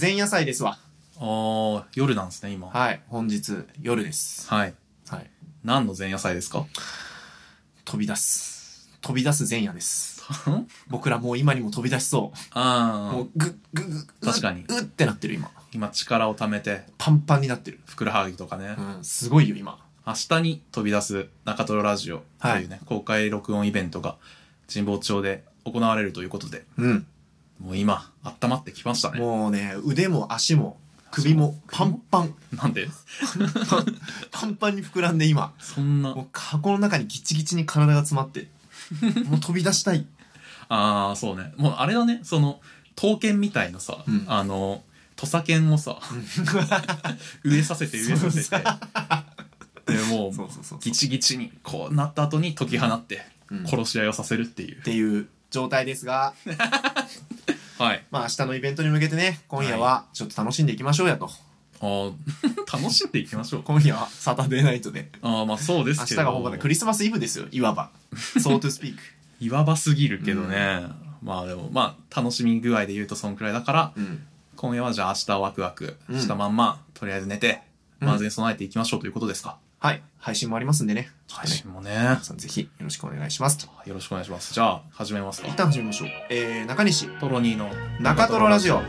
前夜祭ですわ。ああ、夜なんですね、今。はい。本日、夜です。はい。はい。何の前夜祭ですか 飛び出す。飛び出す前夜です。僕らもう今にも飛び出しそう。あもあう、ぐ、ぐ、ぐ、う確かにうってなってる今。今力を貯めて、パンパンになってる。ふくらはぎとかねう、ん、すごいよ今。明日に飛び出す中トロラジオというね、公開録音イベントが神保町で行われるということで、うん。もう今、温まってきましたね。もうね、腕も足も首もパンパン。なんでパンパンパンに膨らんで今。そんなも、う箱の中にギチギチに体が詰まって。もう飛び出 したい。ああ、そうね。もうあれだね、その、刀剣みたいなさ、うんあの、土佐剣をさ、 植えさせて植えさせそうて、でもう、そうそうそう。ギチギチにこうなった後に解き放ってうん殺し合いをさせるっていうっ、ていう状態ですが、はいまあ明日のイベントに向けてね、今夜はちょっと楽しんでいきましょうやと。あー 楽しんでいきましょう今夜はサタデーナイトで。ああまあそうで 明す日けどが本番でクリスマスイブですよ、いわ ば。そうとスピーク。岩場すぎるけどね、まあでもまあ楽しみ具合で言うとそんくらいだからうん。今夜はじゃあ明日ワクワクうんしたまんま、とりあえず寝てうん万全に備えていきましょうということですか、はい。配信もありますんでね。配ちょっとね信もね皆さんぜひよろしくお願いしますと。よろしくお願いしますじゃあ始めますか一旦始めましょう。えー、中西、トロニーの中トロラジオ。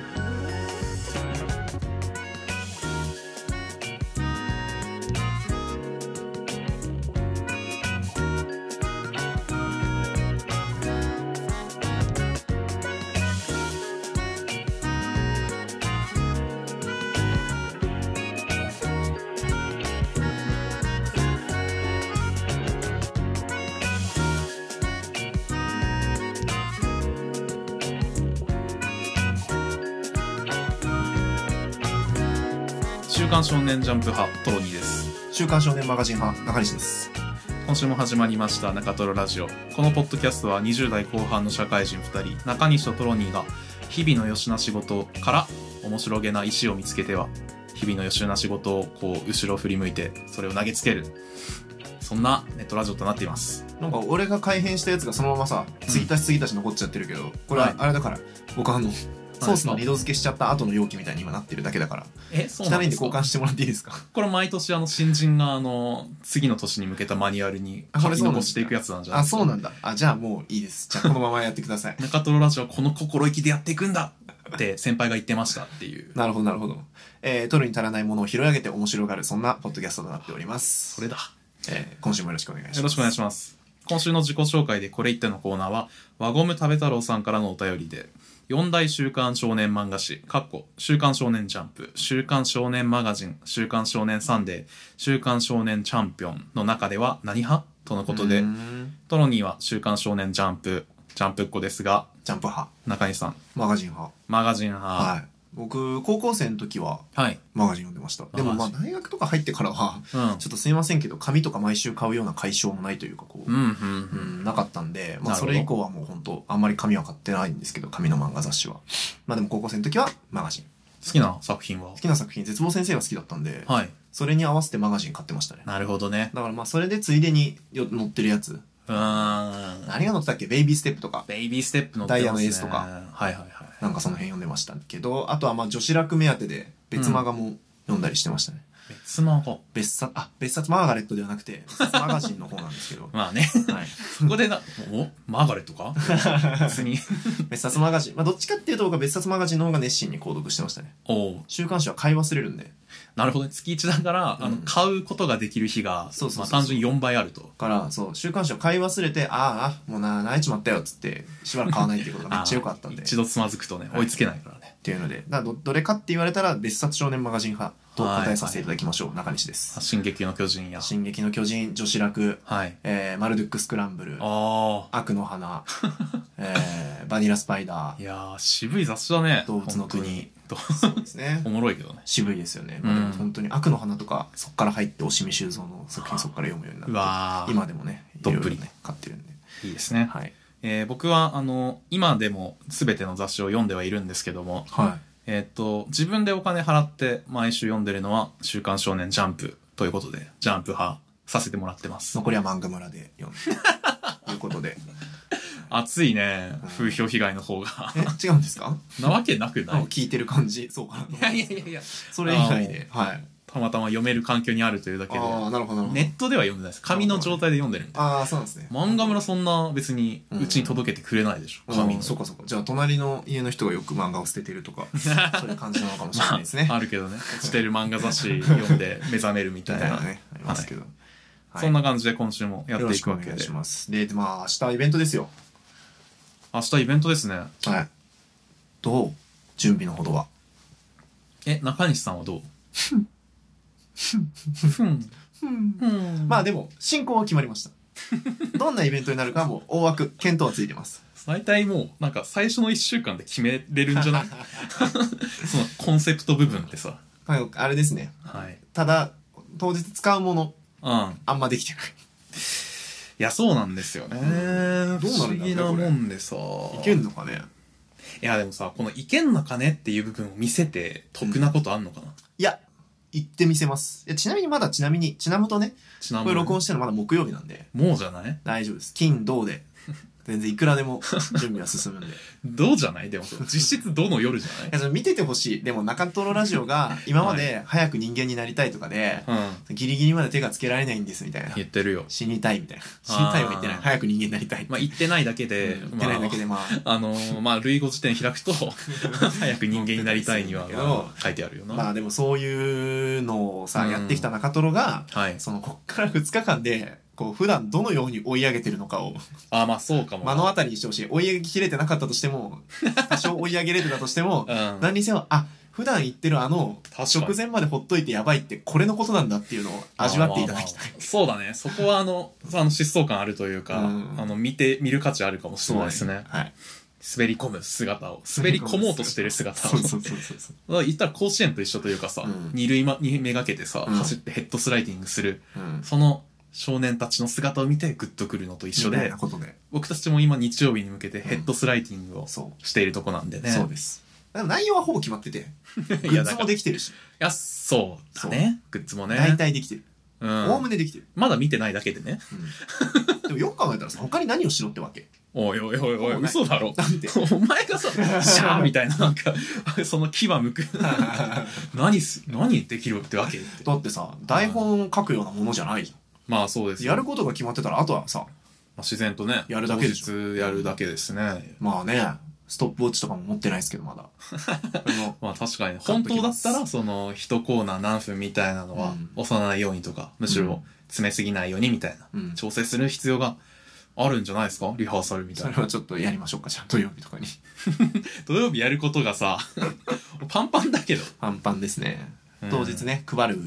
週刊少年ジャンプ派トロニーです週刊少年マガジン派、中西です。今週も始まりました中トロラジオこのポッドキャストは20代後半の社会人2人中西とトロニーが日々のよしな仕事から面白げな石を見つけては日々のよしな仕事をこう後ろ振り向いてそれを投げつけるそんなネットラジオとなっていますなんか俺が改変したやつがそのままさ、継ぎ足し継ぎ足し残っちゃってるけど、これはいはあれだから、僕あの、ソースの二何度で漬けしちゃった後の容器みたいに今なってるだけだから、えそうな汚んいんでですか交換してもらっていいですかこれ毎年あの新人があの次の年に向けたマニュアルにあこ書れきそうなんだ残していくやつなんじゃないあ、ですか。そうなんだ。あ、じゃあもういいです。じゃあこのままやってください中トロラジオはこの心意気でやっていくんだって先輩が言ってましたっていうなるほど、なるほど。えー、取るに足らないものを拾い上げて面白がる、そんなポッドキャストとなっております。それだえー今週もよろしくお願いします。よろしくお願いします。今週の自己紹介でこれ言ってのコーナーは、輪ゴム食べ太郎さんからのお便りで、四大週刊少年漫画誌、かっこ、週刊少年ジャンプ、週刊少年マガジン、週刊少年サンデー、週刊少年チャンピオンの中では何派とのことうでー、んトロニーは週刊少年ジャンプ、ジャンプっ子ですが、ジャンプ派、中西さん、マガジン派。マガジン派。はい。僕、高校生の時ははい。マガジン読んでました。でもまあマ大学とか入ってからは、うん。ちょっとすいませんけど、紙とか毎週買うような解消もないというか、こう、うん、うん、う。うんん、なかったんで、まあなるほそどれ以降はもう本当あんまり紙は買ってないんですけど、紙の漫画雑誌は。まあでも高校生の時はマガジン。好きな作品は好きな作品、絶望先生が好きだったんで、はい。それに合わせてマガジン買ってましたね。なるほどね。だからまあそれでついでによ載ってるやつ。うーん。何が載ってたっけベイビーステップとか。ベイビーステップのダイヤのエースとかはいはいはい。なんかその辺読んでましたけど、あとはまあ女子楽目当てで別マガも読んだりしてましたね。別の方。、別冊、あ、別冊マーガレットではなくて、別冊マガジンの方なんですけど まあね。はい。そこでな、おマーガレット か別に。別冊マガジン。まあどっちかっていうと僕は別冊マガジンの方が熱心に購読してましたね。おう週刊誌は買い忘れるんで。だなるほどね。月1だから、あのうん、買うことができる日が、そうそうそうそうまあ単純に4倍あると。から、そう、週刊誌を買い忘れて、ああ、もうな、泣いちまったよっつって、しばらく買わないっていうことがめっちゃ良かったんで。っ あー一度つまずくとね、追いつけないからね。ていうので、だからどどれかって言われたら、別冊少年マガジン派と答えさせていただきましょう。中西です。進撃の巨人や。進撃の巨人、女子楽、はい。えー、マルドゥックスクランブル、あ悪の花、えー、バニラスパイダあ。ーいやー、渋い雑誌だね。動物の国本ですね当に。おも ろいけどね。渋いですよね、うんまあでも本当に悪の花とかそっから入って押見修造の作品そっから読むようにうなっわてー。今でもねどっぷりいろいろね買ってるんでいいですね。はいえー僕は、あの、今でも全ての雑誌を読んではいるんですけども、はえーっと、自分でお金払って毎週読んでるのは、週刊少年ジャンプということで、ジャンプ派させてもらってます。残りは漫画村で読んでということで暑いね風評被害の方がえ違うんですかなわけなくあないの聞いてる感じそうか ないやいやいやいやそれ以外ではいたまたま読める環境にあるというだけでああなるほどなるほど、ネットでは読んでないです紙の状態で読んでるみたいああそうなんですねな漫画村そんな別にうちに届けてくれないでしょ紙うんのそうかそうかじゃあ隣の家の人がよく漫画を捨ててると かそういう感じなのかもしれないですね、まあ、あるけどね落ちてる漫画雑誌読んで目覚めるみたみいたいななねありますけど、はいそんな感じで今週もやよっろてしいくくおわけ願いでしますでまあ明日イベントですよ明日イベントですねはいどう準備のほどはえ中西さんはどうふんふんままああでも進行は決まりました どんなイベントになるかはもう大枠検討はついてます大体もうなんか最初の1週間で決めれるん じゃないそのコンセプト部分ってさはいあれですねはいただ当日使うものうんあんまできてないいやそうなんですよね、どうな不んだろ思うね議なもんでさいけんのかねいやでもさこの「いけんのかね」っていう部分を見せて得なことあんのかな、いや行ってみせますいやちなみにまだちなみにちなむとねちなこみれに録音してるのまだ木曜日なんでもうじゃない大丈夫です金銅で全然いくらでも準備は進 むんでいどうじゃないでもそう実質どの夜じゃやそれ見ててほしいでも中トロラジオが今まで早く人間になりたいとかで、 ないうんギリギリまで手がつけられないんですみたいな言ってるよ死にたいみたいな死にたいは言ってないあー早く人間になりたいって、まあ言ってないだけで、うん言ってないだけでまあ、まあ、あのーまあ類語辞典開くと早く人間になりたいには、まあ書いてあるよな、まあでもそういうのをさ、うんやってきた中トロがはいそのこっから2日間でこう普段どのように追い上げてるのかをあまあそうか目もなの当たりにしてほしい追い上げきれてなかったとしても多少追い上げれてたとしてもうん何にせよあ普段言ってるあの確かに直前までほっといてやばいってこれのことなんだっていうのを味わっていただきたい、まあまあまあそうだねそこはあのあの疾走感あるというか、うんあの見て見る価値あるかもしれないですねはい滑り込む姿を滑り込もうとしてる姿をそうそうそうそうそうだから言ったら甲子園と一緒というかさ、うん二塁まにめがけてさ、うん走ってヘッドスライディングするうんその少年たちの姿を見てグッとくるのと一緒みたいでなことで僕たちも今日曜日に向けてヘッドスライディングをそうしているとこなんでね、そうです。だから内容はほぼ決まってて、グ いッズやだかもらいできてるし、やそうだねグッズもね大体できてる。うおおんむ、ねできてる。まだ見てないだけでねでもよく考えたらさ、他に何をしろってわ けおいおいおいほぼおないい嘘だろなんて。お前 がさ、シャーみたいな、なんか、その牙むく。何す、何できるってわけって。だってさ、台本を書くようなものじゃないじまあそうでゃん。すよやることが決まってたら、あとはさ、まあ、自然とね、やるだけでしょ後日やるだけですね。まあね、ストップウォッチとかも持ってないですけど、ま だ。これもまあ確かに、買っ本とき当だまっすたら、その、一コーナー何分みたいなのうはん、押さないようにとか、むしうんろ、詰めすぎないようにみたいな、うん調整する必要があるんじゃないですかリハーサルみそたいれな。はちょっとやりましょうか、じゃあ土曜日とかに。土曜日やることがさ、 パンパンだけど。パンパンですね。うん当日ね、配る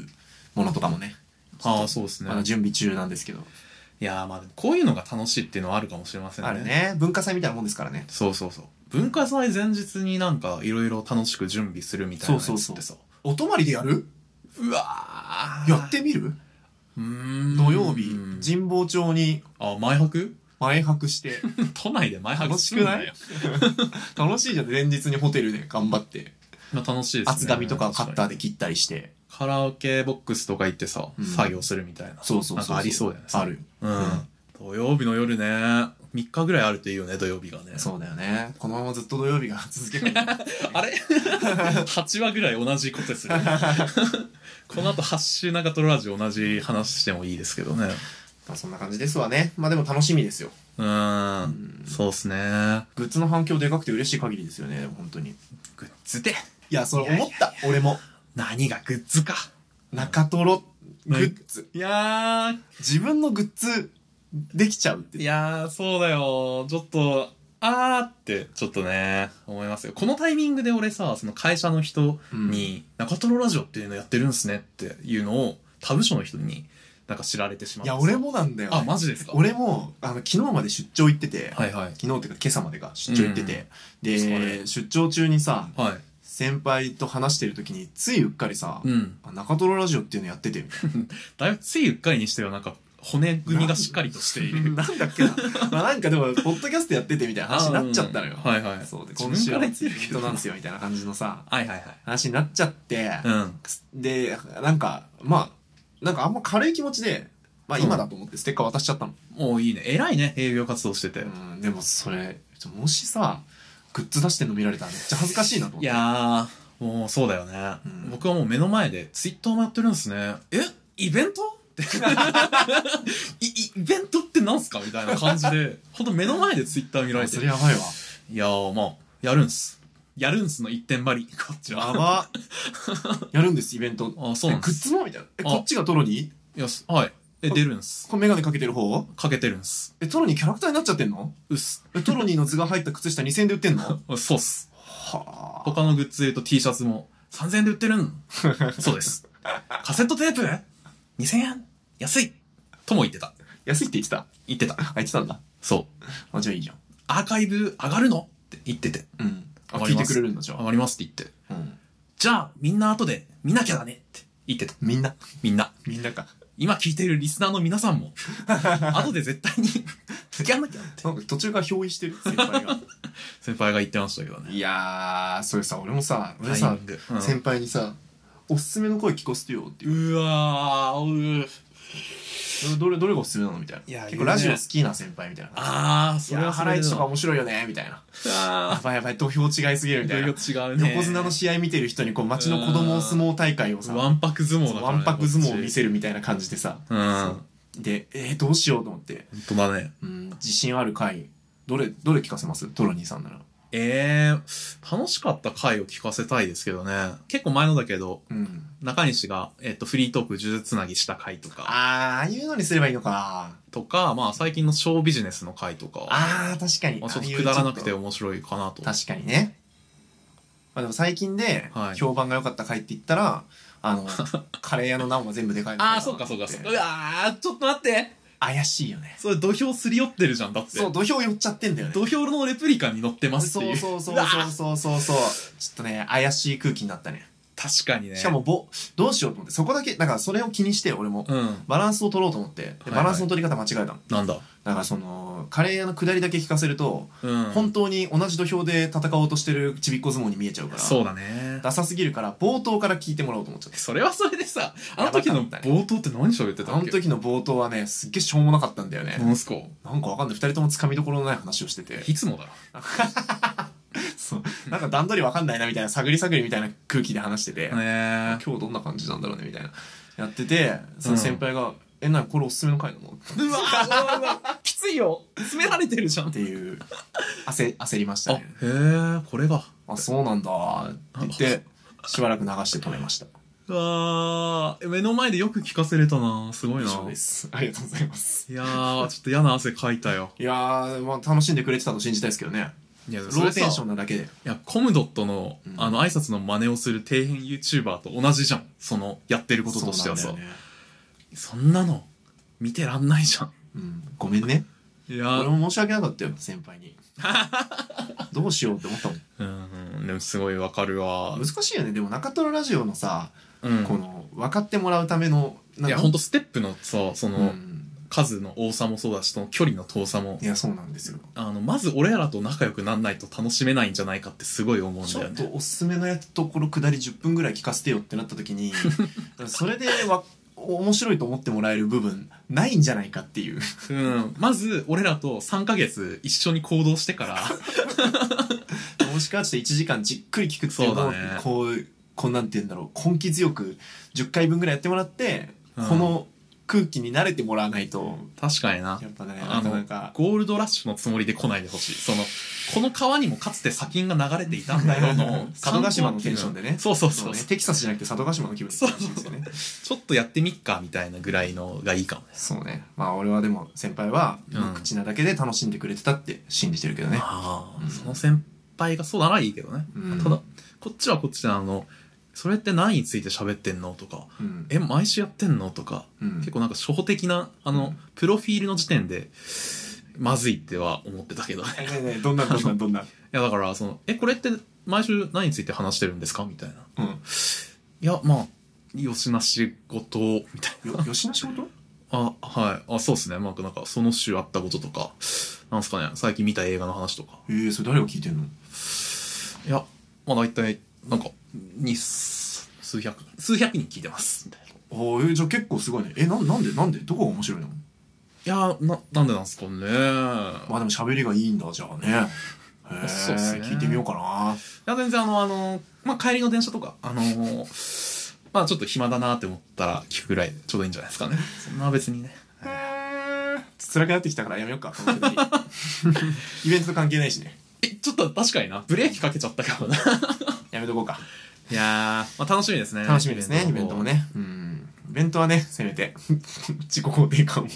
ものとかもね、ああ、そうですねま。だ準備中なんですけど。いやーまあ、こういうのが楽しいっていうのはあるかもしれませんね。あれね、文化祭みたいなもんですからね。そうそうそう文化祭前日になんかいろいろ楽しく準備するみたいなやつってさそうそうお泊まりでやるうわーやってみるうーん土曜日神保町にあ前泊 前泊して都内で前泊楽しくないすんなよ 楽しいじゃん前日にホテルで頑張ってまあ楽しいですね厚紙とかをカッター確かで切ったりしてにカラオケボックスとか行ってさ、うん作業するみたいなそうそうそうなんかありそうだよねあるようん、うん土曜日の夜ね3日ぐらいあるといいよね土曜日がねそうだよねこのままずっと土曜日が 続けるあれ 8話ぐらい同じことする この後8週長トロラジオ同じ話してもいいですけどねまあそんな感じですわねまあでも楽しみですようーん、そうっすね。グッズの反響でかくて嬉しい限りですよね本当にいグッズでやそれ思った俺も何がグッズか。中トログッズいや自分のグッズできちゃうっー、いてやー、そうだよ。ちょっと、あーって、ちょっとね、思いますよ。このタイミングで俺さ、その会社の人に、中トロラジオっていうのやってるんすねっていうのを、他部署の人になんか知られてしまっいてさや俺。もなんだよねあ、マジですか俺もあの昨日まで出張行っててはいはい。昨日っていうか今朝までが出張行ってて、そうでね出張中にさは先輩と話してる時についうっかりさ「い。うん。あ中トロラジオっていうのやってて」みたいだいぶついうっかりにしては、なんか、骨組みがしっかりとしている。ななんだっけ なまあなんかでもポッドキャストやっててみたいな話になっちゃったのよ、うんはいはい。そうで自今分週かはらイ言ってるけベンどトなんですよみたいな感じのさはいはいはい。話になっちゃって、うん。でなんかまあなんかあんま軽い気持ちで「ままあうん今だと思ってステッカー渡しちゃったの、もういいね偉いね営業活動してて、うんでもそれもしさグッズ出してんの見られたらめっちゃ恥ずかしいなと思っいてやーもうそうだよね、うん僕はもう目の前でツイッターもやってるんですねえイベントって いいイベントってなんすかみたいな感じでほんと目の前でツイッター見られてそるれやばいわいやーまあやるんすやるんすの一点張りこっちはば やるんですイベントあそえうグなんですッズもみたいなえあこっちがトロニーいやすはいえ出るんすこのメガネかけてる方かけてるんすえトロニーキャラクターになっちゃってんのうっすえトロニーの図が入った靴下2000円で売ってん のあそうっすはあ他のグッズで言うと T シャツも3000円で売ってるんそうですカセットテープ2000円安いとも言ってた安いって言ってた言ってたあ言ってたんだそうあじゃあいいじゃんアーカイブ上がるのって言っててうんあわか聞りいまてすくれるんだじゃ上あ、がりますって言ってうん、じゃあみんな後で見なきゃだねって言ってたみんなみんなみんなか今聞いてるリスナーの皆さんも後で絶対に聞かなきゃってなんか途中から憑依してる先輩が先輩が言ってましたけどねいやーそれさ俺もさ俺さ、タイミングうん先輩にさおすすめの声聞こせてよっていううわーうーどれどれがおすすめなのみたいないや結言う構ねラジオ好きな先輩みたいなああいそれやはーそハラれイでチとかの面白いよねみたいなやあばいやばい土俵違いすぎるみーたいいなろいろ違うね横綱の試合見てる人にこう町の子供相撲大会をさわんぱく相撲だからわんぱく相撲を見せるるみたいな感じでさうんそ本でえー、どうしようと思って、当だねうん、自信ある回どれどれ聞かせますトロニーさんならえー、楽しかった回を聞かせたいですけどね結構前のだけどうん中西が、えっとフリートーク呪術つなぎした回とかあーああいうのにすればいいのかとかまあ最近のショービジネスの回とかああ確かにまあ、ちょっあとあいうくだらなくてちょっ面白いかなとと確かにね、まあ、でも最近ではい評判が良かった回って言ったら、あ のカレー屋のナンは全部でかいのあなあとそう思かそうかってうわーちょっと待って怪しいよねそれ土俵すり寄ってるじゃんだってそう土俵寄っちゃってんだよね土俵のレプリカに乗ってますってそいそうううそううわそうそうそうそうちょっとね怪しい空気になったね確かにねしかもぼどうしようと思ってそこだけだからそれを気にして俺もうんバランスを取ろうと思ってはいでバランスの取り方間違えたの、なんだだからそのカレー屋の下りだけ聞かせると、うん本当に同じ土俵で戦おうとしてるちびっこ相撲に見えちゃうからそうだねダサすぎるから冒頭から聞いてもらおうと思っちゃったそれはそれでさあの時のやばかった冒頭って何喋ってたあっのけ時の冒頭はねすっげえしょうもなかったんだよね、なんすかなんかわかんない2人ともつかみどころのない話をしてていつもだろそうなんか段取りわかんないなみたいな探り探りみたいな空気で話してて、ね今日どんな感じなんだろうねみたいなやっててその先輩が「えなにこれおすすめの回なの?」うわうわきついよ詰められてるじゃんっていう焦焦りましたあへねえこれがあそうなんだって言ってしばらく流して止めましたうわー目の前でよく聞かせれたなすごい以な上ですありがとうございますいやーちょっと嫌な汗かいたよいやー、まあ、楽しんでくれてたと信じたいですけどねいやロそーれさテンションなだけでいやコムドットの、うんあの挨拶の真似をする底辺 YouTuber と同じじゃんそのやってることとしてはさそそ,、うんなんだよねなの見てらんないじゃんうん、ごめんねいや俺ーも申し訳なかったよ先輩 にどうしようって思ったもんうんでもすごいわかるわ難しいよねでも中トロラジオのさ、うんこの分かってもらうためのなんいやかほんとステップのさその、うん、数の多さもそうだしその距離の遠さもいやそうなんですよあのまず俺らと仲良くなんないと楽しめないんじゃないかってすごい思うんちょだよっねとおすすめのやつところ下り10分ぐらい聞かせてよってなった時 にそれでわ面白いと思ってもらえる部分ないんじゃないかっていううんまず俺らと3ヶ月一緒に行動してから もしくはちょっと1時間じっくり聞くっていうのをそうだねこうこうなんて言うんだろう根気強く10回分ぐらいやってもらって、うんこの空気に慣れてもらわないと確かになやっぱねあなかのなかゴールドラッシュのつもりで来ないでほしいそのこの川にもかつて砂金が流れていたんだよ の佐渡島のテンションでねそうそうそうねテキサスじゃなくて佐渡島の気分って感じですよねちょっとやってみっかみたいなぐらいのがいいかもねそうねまあ俺はでも先輩はうん無口なだけで楽しんでくれてたって信じてるけどね、ああ、うんその先輩がそうならいいけどね、うんただこっちはこっちであのそれって何について喋ってんのとかうんえ毎週やってんのとか、うん結構なんか初歩的なあの、うんプロフィールの時点でまずいっては思って たけどねえねえねえどんなどん などんないやだからそのえこれって毎週何について話してるんですかみたいなうんいやまあ吉な仕事みたいよ吉野仕事なあはいあそうですねまあなんかその週あったこととかなんすかね最近見た映画の話とかええそれ誰が聞いてんのいやまあ大体なんかに数百数百人聞いてますみたいなおえじゃあ結構すごいねえななんでなんでどこが面白いのいやーななんでなんですかねまあでも喋りがいいんだじゃあねへえそうっすね聞いてみようかないや全然あのあの、まあ、帰りの電車とかあのーまあちょっと暇だなって思ったら聞くぐらいちょうどいいんじゃないですかねそんな別にね辛くなってきたからやめようか イベントと関係ないしねえちょっと確かになブレーキかけちゃったかもないやめとこうかや ー、まあ、楽しみですね楽しみですねイベントもねうんイベントはねせめて 自己肯定感を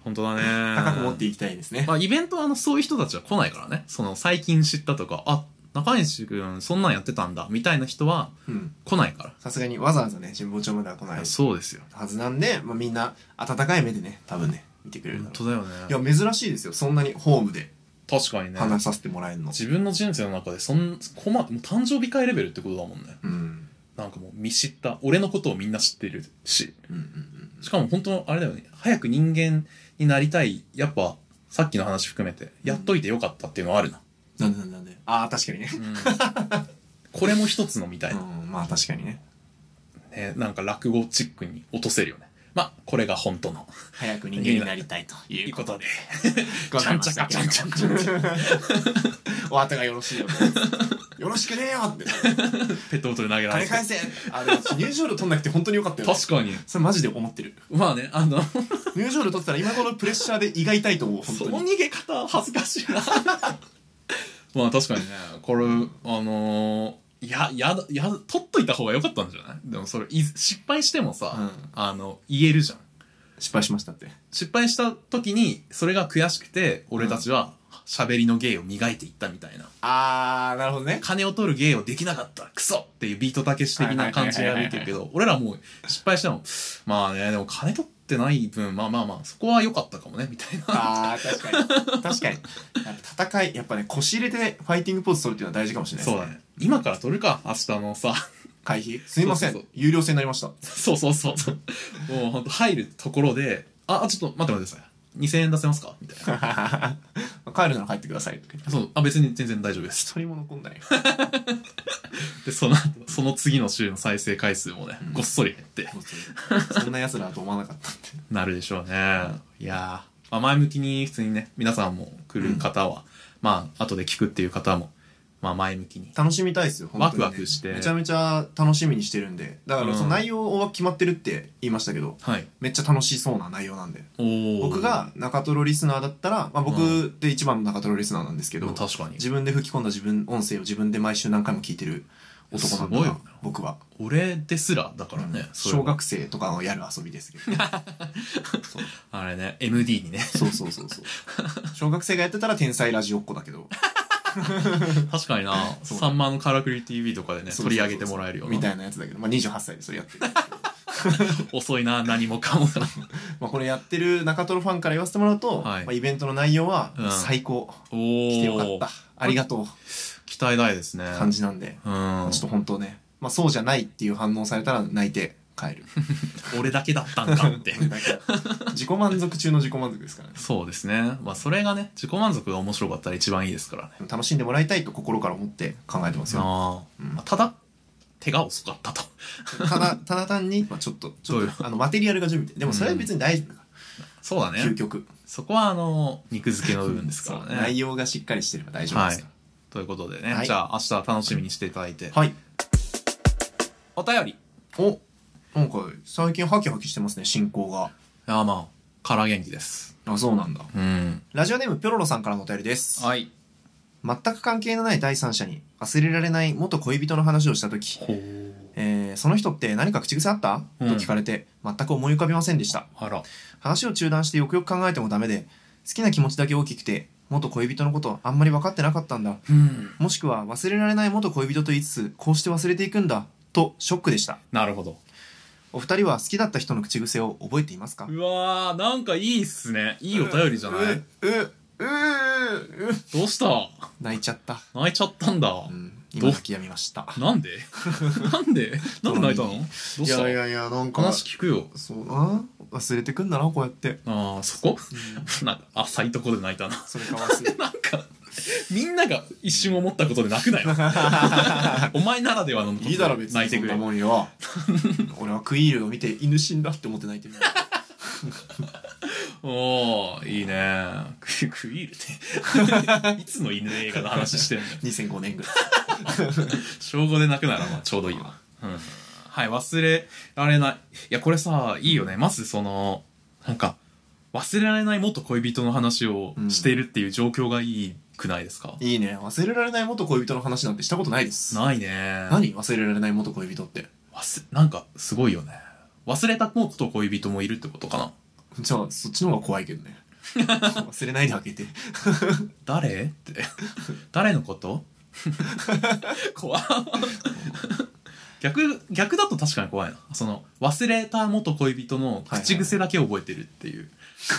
本当だね高く持っていきたいですねまあ、イベントはあのそういう人たちは来ないからねその最近知ったとかあ中西君そんなんやってたんだみたいな人はうん来ないから、さすがにわざわざね神保町までは来ないそうですよはずなんで、まあ、みんな温かい目でね多分ね見てくれるだ本ろ当だよねういや珍しいですよそんなにホームで確かにね話させてもらえるの、自分の人生の中でそんこまもう誕生日会レベルってことだもんねうんなんかもう見知った俺のことをみんな知ってるしうんうんうんしかも本当あれだよね早く人間になりたいやっぱさっきの話含めてやっといてよかったっていうのはあるな、なんでなんでなんでああ確かにねうんこれも一つのみたいな、うんまあ確かにねね、なんか落語チックに落とせるよねまあこれが本当の早く人間になりたいということでございましたけれどもちゃんちゃかち ゃんちゃお後がよろしいようでよろしくねーよってペットボトル投げられ金返てせあれ入場料取んなくて本当によかったよね確かにそれマジで思ってるまあねあの入場料取ったら今頃プレッシャーで胃が痛いと思う本そ当のに逃げ方恥ずかしいな まあ確かにねこれあのー、いややだやだ取っといた方が良かったんじゃないでもそれい失敗してもさ、うんあの言えるじゃん失敗しましたって失敗した時にそれが悔しくて俺たちは喋りの芸を磨いていったみたいなあーなるほどね金を取る芸をできなかったクソっていうビートたけし的な感じでやるけはいはいはいど俺らもう失敗してもまあねでも金取ってない分まあまあまあそこは良かったかもねみたいな あー確かに確かにやっぱ戦いやっぱね腰入れてファイティングポーズ取るっていうのは大事かもしれないでそうすだねね今から取るか明日のさ会費すいませそうそうんそ有料制になりました そうそうそうそうもうほんと入るところでああちょっと待って待ってください2000円出せますかみたい帰るなら帰ってくださいとか言ってなそうあ別に全然大丈夫です 一人も残んないでその後その次の週の再生回数もねごっそり減って そんな奴らだと思わなかったってなるでしょうねいやー、まあ、前向きに普通にね皆さんも来る方は、まあ後で聞くっていう方もまあ前向きに楽しみたいですよ、本当にねワクワクしてめちゃめちゃ楽しみにしてるんでだかうらんその内容は決まってるって言いましたけどはいめっちゃ楽しそうな内容なんでおお僕が中トロリスナーだったら、まあ、う僕で一番の中トロリスナーなんですけど、確かに自分で吹き込んだ自分音声を自分で毎週何回も聞いてる男なんだすごいなよね僕は、俺ですらだからね、それは小学生とかのやる遊びですけど そうあれね MD にね そうそうそうそう小学生がやってたら天才ラジオっ子だけど確かにな「 そうさんまのからくり TV」とかでね 取り上げてもらえるよみたいいなやつだけど、まあ、28歳でそれやってる 遅いな何もかもまあこれやってる中トロファンから言わせてもらうと、はいまあ、イベントの内容はうん最高、お来てよかっおたありがとう期待大ですね感じなんで、うまんあちょっと本当ね、まあ、そうじゃないっていう反応されたら泣いて帰る俺だけだったん かって自己満足中の自己満足ですからねそうですねまあそれがね自己満足が面白かったら一番いいですからね楽しんでもらいたいと心から思って考えてますよああ、うんただ手が遅かったとただただ単に、まあ、ちょっとちょそうっよとあのマテリアルが準備ででもそれは別に大丈夫だかそうだら、究ね極そこはあの肉付けの部分ですから そうね内容がしっかりしてれば大丈夫ですかということでね、はいじゃあ明日楽しみにしていただいて、らはい、お便りいおなんか最近ハキハキしてますね進行がやまあから元気ですあそうなんだうんラジオネームピョロロさんからのお便りです。はい全く関係のない第三者に忘れられない元恋人の話をした時ほうえーその人って何か口癖あった、うんと聞かれて全く思い浮かびませんでした。あら話を中断してよくよく考えてもダメで、好きな気持ちだけ大きくて、元恋人のことあんまり分かってなかったんだ。うんもしくは忘れられない元恋人と言いつつ、こうして忘れていくんだ。とショックでした。なるほどお二人は好きだった人の口癖を覚えていますかうわーなんかいいっすねいい、いお便りじゃないうう、う、う、う、どうした泣いちゃった。泣いちゃったんだ、うん、今泣きやみました。なんでな んでなんで泣いたのどういしたやいやいやなんか話聞くよそうな忘れてくんだなこうやって、 ああそこなんか浅いとこで泣いたなそれか忘れなんかみんなが一瞬思ったことで泣 くなよお前ならではのこといいだろ別泣にいてそくんれなもんよ 俺はクイールを見て犬死んだって思って泣いてるおーいいねククイール っていつの犬映画の話してんのよ2005年ぐらい小5で泣くならまあちょうどいいわ、うん、はい忘れられないいやこれさいいよねまずそのなんか忘れられない元恋人の話をしているっていう状況がいいくないですか、いいね忘れられない元恋人の話なんてしたことないですないね何忘れられない元恋人って忘れなんかすごいよね忘れた元恋人もいるってことかなじゃあそっちの方が怖いけどね 忘れないで開けて誰って 誰のこと 怖っ逆逆だと確かに怖いなその忘れた元恋人の口癖だけ覚えてるっていう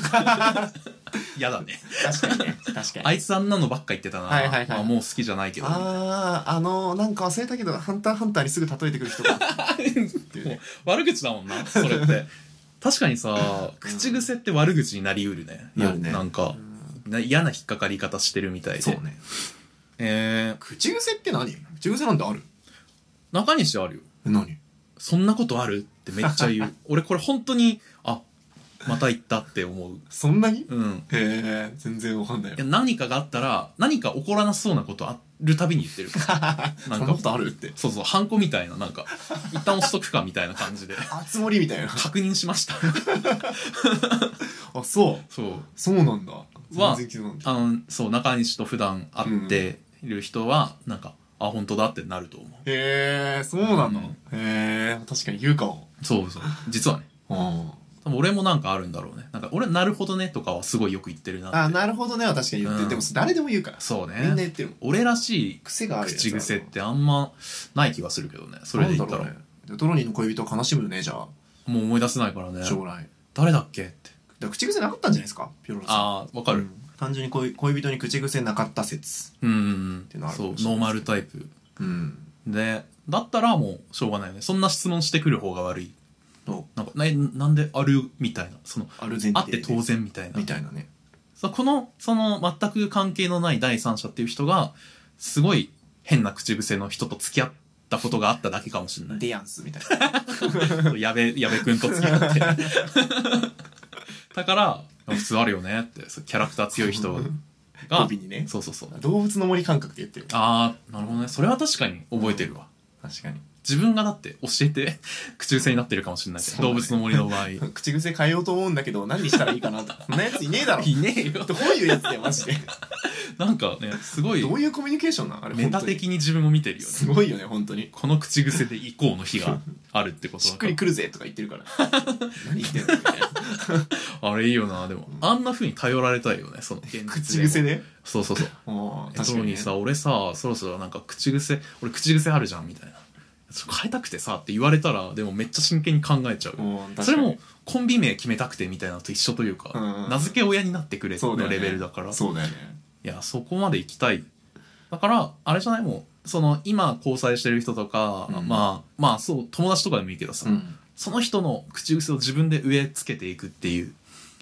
嫌、だね確かにね確か あいつあんなのばっか言ってたな、はいはいはいまあ、もう好きじゃないけどあああのなんか忘れたけど「ハンターハンター」にすぐ例えてくる人がって いうね悪口だもんなそれって 確かにさ口癖って悪口になりうるねなるねなんかうんな嫌な引っかかり方してるみたいでそうねえ口癖って何口癖なんてあるー、中西あるよ何そんなことあるってめっち ゃ言う。俺これ本当に、あ、また行ったって思う。そんなにうん。へえ全然わかんないいやよ何かがあったら、何か起こらなそうなことあるたびに 言ってる。そなんなんことか、あるってそうそう、ハンコみたいな、なんか、一旦押しとくかみたいな感じで、あつ森みたいな確認しました。あそうそう。そうなんだは全然気づかなかっあの、そう、中西と普段会っている人は、なんか、あ、本当だってなると思たへえそうなのうんへえ確かに言うかもう。そうそう。実はね。あ多分俺もなんかあるんだろうね。なんか、俺、なるほどねとかはすごいよく言ってるなって。あなるほどねは確かに言ってうんるでも誰でも言うからそうみんなね。言ってるもん俺らしい癖があるやつ口癖ってあんまない気がするけどねそそれれでで言言っったたら、らトロニーの恋人は悲しむよねじゃあもう思い出せないからね将来だか誰だっけってら口癖なかったんじゃないですかピロロさんああわかうるん単純に恋恋人に口癖なかった説うんうんてうのんあるそかもうノしれないーマルタイプうんでだったらもうしょうがないよねそんな質問してくる方が悪いとなんかななんであるみたいなそのある前あっ提てで当然みたいなみたいなねそうこのその全く関係のない第三者っていう人がすごい変な口癖の人と付き合ったことがあっただけかもしれないディアンスみたいな矢部、矢部くんと付き合って。だから、普通あるよねって、そうキャラクター強い人 語が尾、にねそうそうそう。動物の森感覚で言ってるあー、なるほどね。それは確かに覚えてるわ。確かに自分がだって教えて、口癖になってるかもしれないけど、そうだね動物の森の場合。い 口癖変えようと思うんだけど何にしたらいいかなと かそんなやついねえだろねえよ。どういうやつだよマジでなんかね、すごい、どういうコミュニケーションなんあれメタ本当に的に自分を見てるよね。すごいよね本当にこの口癖で以降の日 があるってことしっくりだかくるぜとか言って るから何言ってんのみたいなら。あれいいよな、でも。あんな風に頼られたいよね、その現実でも口癖でそうそうそう。もうえ確そかうにねにさ俺さそろそろなんか口癖俺口癖あるじゃんみたいなちょっと変えたくてさって言われたらでもめっちゃ真剣に考えちゃうもう確かにそれもコンビ名決めたくてみたいなのと一緒というか、うんうん名付け親になってくれそうだのよねレベルだからそうだよねいやそこまで行きたいだからあれじゃないもうその今交際してる人とか、うんまあまあそう友達とかでもいいけどさ、うんその人の口癖を自分で植え付けていくっていう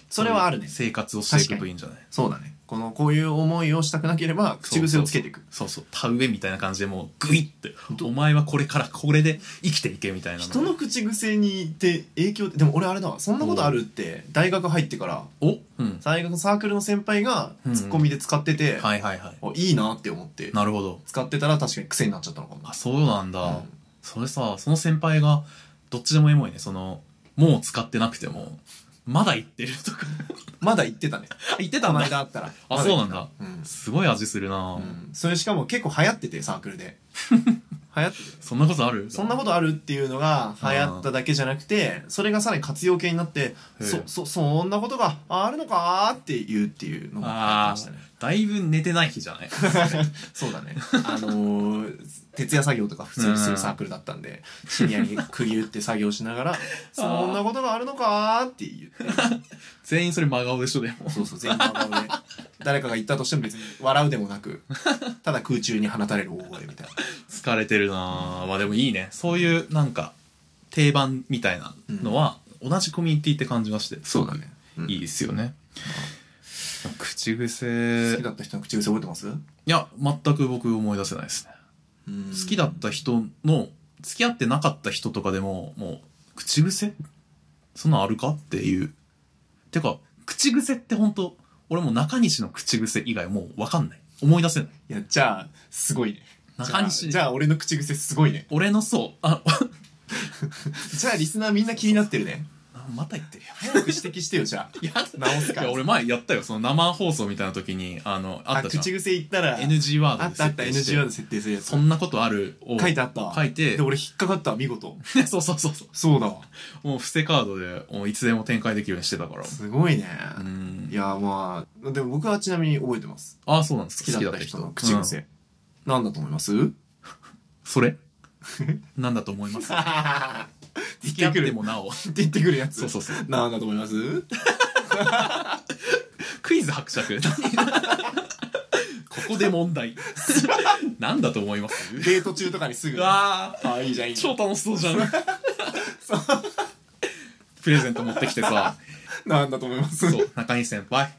それはあるね生活をしていくといいんじゃないそうだねこのこういう思いをしたくなければ口癖をつけていくそうそう田植えみたいな感じでもうグイってお前はこれからこれで生きていけみたいな人の口癖にって影響でも俺あれだわそんなことあるって大学入ってからおうん大学のサークルの先輩がうんツッコミで使ってて、はいはいはいあいいなって思ってなるほど使ってたら確かに癖になっちゃったのかもあそうなんだ、うんそれさその先輩がどっちでもエモいねそのもう使ってなくてもまだ言ってるとか まだ言って たね言ってこたんのだ間あったらあそうなんだうん、すごい味するな、うん、それしかも結構流行っててサークル で流行っててそんなことあるそんなことあるっていうのが流行っただけじゃなくてそれがさらに活用形になってえそそそんなことがあるのかーって言うっていうのがありあましたねーだいぶ寝てない日じゃない そうだねあのー徹夜作業とか普通にするサークルだったんで深夜に釘打って作業しなが ら「そんなことがあるのか?」って言って全員それ真顔でしょでもそうそう全員真顔で誰かが言ったとしても別に笑うでもなくただ空中に放たれる大声みたい疲れてるな、ぁまあでもいいねそういうなんか定番みたいなのは同じコミュニティって感じがしてそうだねうんいいですよね、口好癖きいだった人の口癖覚えてます、や全く僕思い出せないですね好きだった人の付き合ってなかった人とかでももう口癖そんなんあるかっていうてか口癖って本当俺もう中西の口癖以外もう分かんない思い出せないいやじゃあすごいね中じゃ西あじゃあ俺の口癖すごいね俺のそうあ じゃあリスナーみんな気になってるねまた言ってるよ早く指摘してよじゃあいや直すからいや俺前やったよその生放送みたいな時にあのああったじゃん口癖言ったら NG ワードあでったあった設定して NG ワード設定するやつそんなことあるを書いてあったわ書いてで俺引っかかったわ見事そうそうそうそそうだわうもう伏せカードでもういつでも展開できるようにしてたからすごいね、うんいやまあでも僕はちなみに覚えてますああそうなんです好きだった人の口うん癖、なんだと思い ますそれなんだと思います言付き合っってくて るもなおって言ってくるやつそうそうそうなんだと思いますクイズ伯爵 ここで問 題なんだと思いますデート中とかにすぐうわあいいじゃんいいーじゃん超楽しそ うじゃんプレゼント持ってきてさなんだと思いますそう中西先輩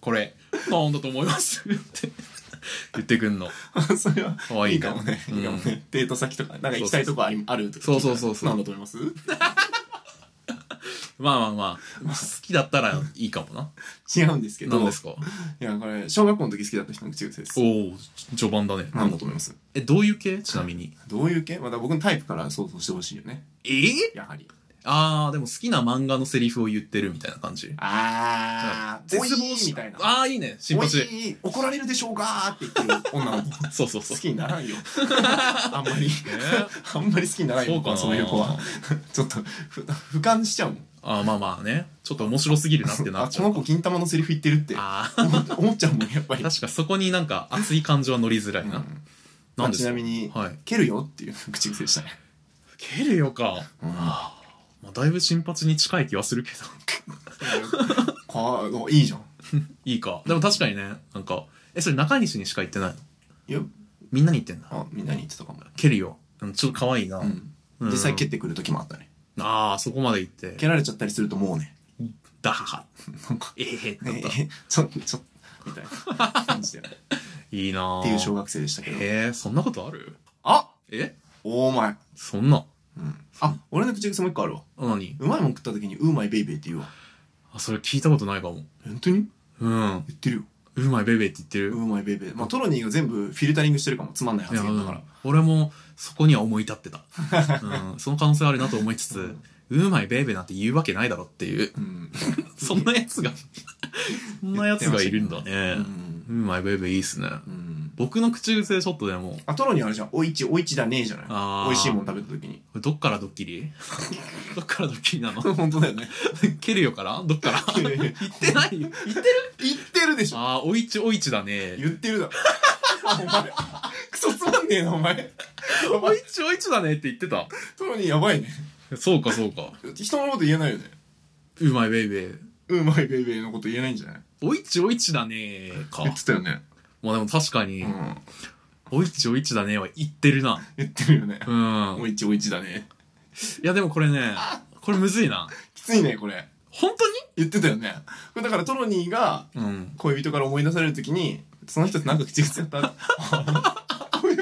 これなんだと思いますって言ってくんの それ可は愛いいいかもねうんいいかもねデート先とかなんか行きたいとこありあるとかそうそうそうそうなんだと思いますまあまあまあ好きだったらいいかもな違うんですけど何ですかいやこれ小学校の時好きだった人の口癖ですおお序盤だねなんだと思いますえどういう系ちなみにどういう系また僕のタイプから想像してほしいよねえー、やはりあーでも好きな漫画のセリフを言ってるみたいな感じああじゃあ絶望しみたいなああいいねシンパおチい怒られるでしょうかって言ってる女の子そうそう好そう、きにならん よあんまりえー、あんまり好きにならんよそうかなそういう子はちょっとふ俯瞰しちゃうもんあーまあまあねちょっと面白すぎるなってなあっちゃこうの子金玉のセリフ言ってるってああ思っ思っちゃうもんやっぱりー確かそこになんか熱い感情は乗りづらいな、うんまなんあですちかなみにはい「蹴るよ」っていう 口癖でしたね蹴るよか、あーまあだいぶ新八に近い気はするけど かいいじゃんいいかでも確かにねなんかえそれ中西にしか言ってないのいやみんなに言ってんだあみんなに言ってたかも、蹴るようんちょっと可愛いな、うん、うん実際蹴ってくる時もあったねああそこまで言って蹴られちゃったりするともうねダハハ なんか えええってなった、ーちょちょみたいな感じで っいいなーていう小学生でしたけどえー、そんなことあるあえお前、そんなうん、あ俺の口癖もう一個あるわ何うまいもん食った時に「うまいベイベー」って言うわあそれ聞いたことないかも本当にうん言ってるようまいベイベーって言ってうる、まいベイベーまあトロニーが全部フィルタリングしてるかもつまんないいや発言だから俺もそこには思い立っ てた、うん、その可能性あるなと思いつつうまいベイベーなんて言うわけないだろっていううん、そんなやつがそんなやつがいるんだねうんうまいベイベーいいっすねうん、僕の口癖ちょっとでもあトロニーあれじゃん「おいちおいちだね」じゃあなーい美味しいもん食べた時にどっからドッキリ どっからドッキリな の本当だよ ね蹴るよからどっからいやいや言ってないよ言ってる言ってるでしょああおいちおいちだね言ってるだろお前クソつまんねえなお前おお前いちおいちだねって言ってたトロニーやばいねそうかそうか人のこと言えないよねうまいベイベーうまいベイベーのこと言えないんじゃないおいちおいちだねか言ってたよねまあでも確かに、うんおいちおいちだねは言ってるな言ってるよ ねうおんいちおいちだねいやでもこれねこれむずい なきついねこれ本当言ってたよねこれだからトロニーがにうん恋人から思い出されるときにその人ってなんか口癖や ったおい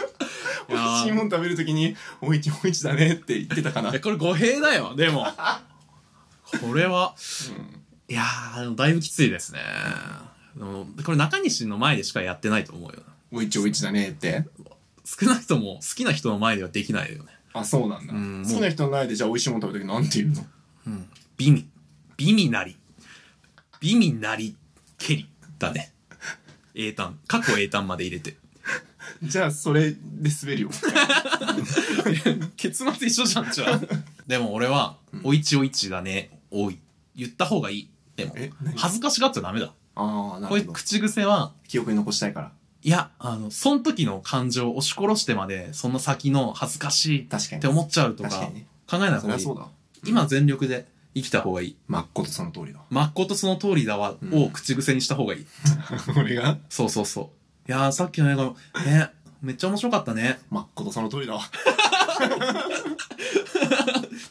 美味しいもん食べるときに「おいちおいちだね」って言ってたか な、いやこれ語弊だよでもこれはうんいやーでもだいぶきついですねでもこれ中西の前でしかやってないと思うよおいちおいちだね」って少なくとも好きな人の前ではできないよねあそうなんだ、うん好きな人の前でじゃあ美味しいもん食べるときなんて言うの美味美味なり美味なりけりだね英単過去英単まで入れてじゃあそれで滑るよ結末一緒じゃんじゃあでも俺は「おいちおいちだねおい」言った方がいいでもえ何恥ずかしがっちゃダメだああなこういるうほど口癖は記憶に残したいからいやあのその時の感情を押し殺してまでその先の恥ずかしいっ確かにて思っちゃうとか確かにね考えないそり方がゃいいそうだ今全力で生きた方がいいまっことその通りだまっことその通りだわうんを口癖にした方がいい俺がそうそうそう。いやー、さっきの映画も、ね、 めっちゃ面白かったね。まっことその通りだわ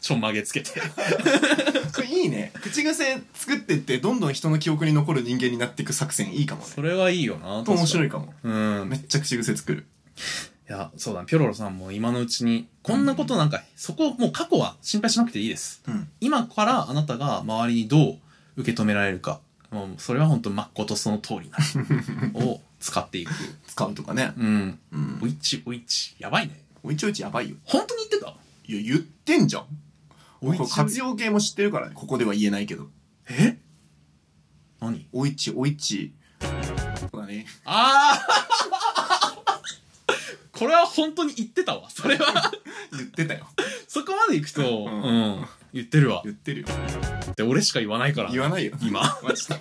ちちょんまげつけてこれいいね口癖作ってってどんどん人の記憶に残る人間になっていく作戦いいかもねそれはいいよな面白いいかもうんめっちゃ口癖作るいやそうだねピョロロさんも今のうちにこんなことなんか、そこもう過去は心配しなくていいですうん今からあなたが周りにどう受け止められるかもうそれは本当まっことその通 りなのを使っていく使うとかねうんうんおいちおいちやばいねおいちおいちやばいよ本当に言ってたいや言ってんじゃんお俺いちこおれい活用形も知ってるからねここでは言えないけどえ何おいちおいちそうだねああ これは本当に言ってたわそれは言ってたよそこまで行くと、ううんん、言ってるわ。言ってるよって俺しか言わないから。言わないよ今マジで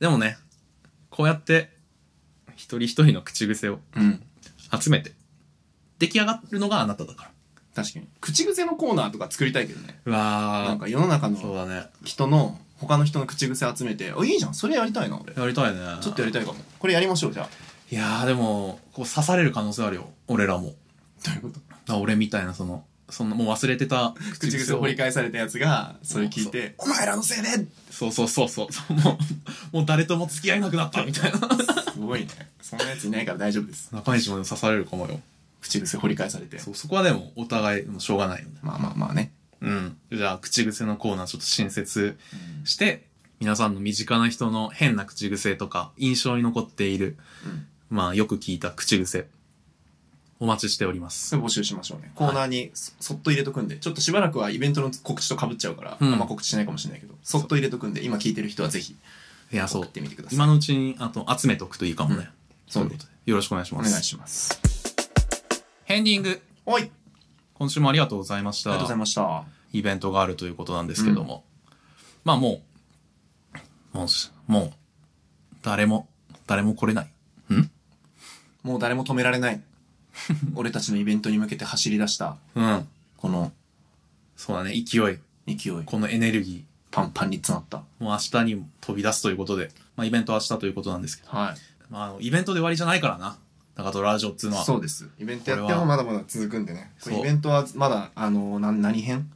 でもね、こうやって、一人一人の口癖をうん集めて、出来上がるのがあなただから。確かに口癖のコーナーとか作りたいけどねうなんわか世の中ー。そうのだね。人の他の人の口癖集めてあいいじゃんそれやりたいな俺やりたいね。ちょっとやりたいかもこれやりましょうじゃあいやーでも、こう刺される可能性あるよ。俺らも。どういうことだ俺みたいな、その、そんな、もう忘れてた口癖を掘り返されたやつがそれ聞いて「お前らのせいで!そうそうそうそう。 もう、もう誰とも付き合えなくなったみた いな。」すごいねそんなやついないから大丈夫です中西も刺されるかもよ。口癖掘り返されてそう、そこはでも、お互い、もうしょうがないよね。まあまあまあねうん。じゃあ、口癖のコーナーちょっと新設して、皆さんの身近な人の変な口癖とか、印象に残っている、うんまあ、よく聞いた口癖、お待ちしております。それ募集しましょうねコーナーにそそっと入れとくんでちょっとしばらくはイベントの告知とかぶっちゃうからあうんんま告知しないかもしれないけどそっと入れとくんで今聞いてる人はぜひいや、そ送うっ。てみてください今のうちに、あと、集めておくといいかもね。そういうねことで。よろしくお願いしおま願す。いしますヘンディング。おいあり今週もありがとうございましがとうございた。ましたイベントがあるということなんですけども。まあ、もう、もうし、もう、誰も、誰も来れない。もう誰も止められない俺たちのイベントに向けて走り出したうん。このそうだね、勢い。勢いこのエネルギー。パンパンに詰まったもう明日に飛び出すということで、まあ、イベントは明日ということなんですけど、はいまあ、あのイベントで終わりじゃないからな。中戸ラジオっつうのは。そうですイベントやってこれもはまだまだ続くんでねこれそうイベントはまだあのな何編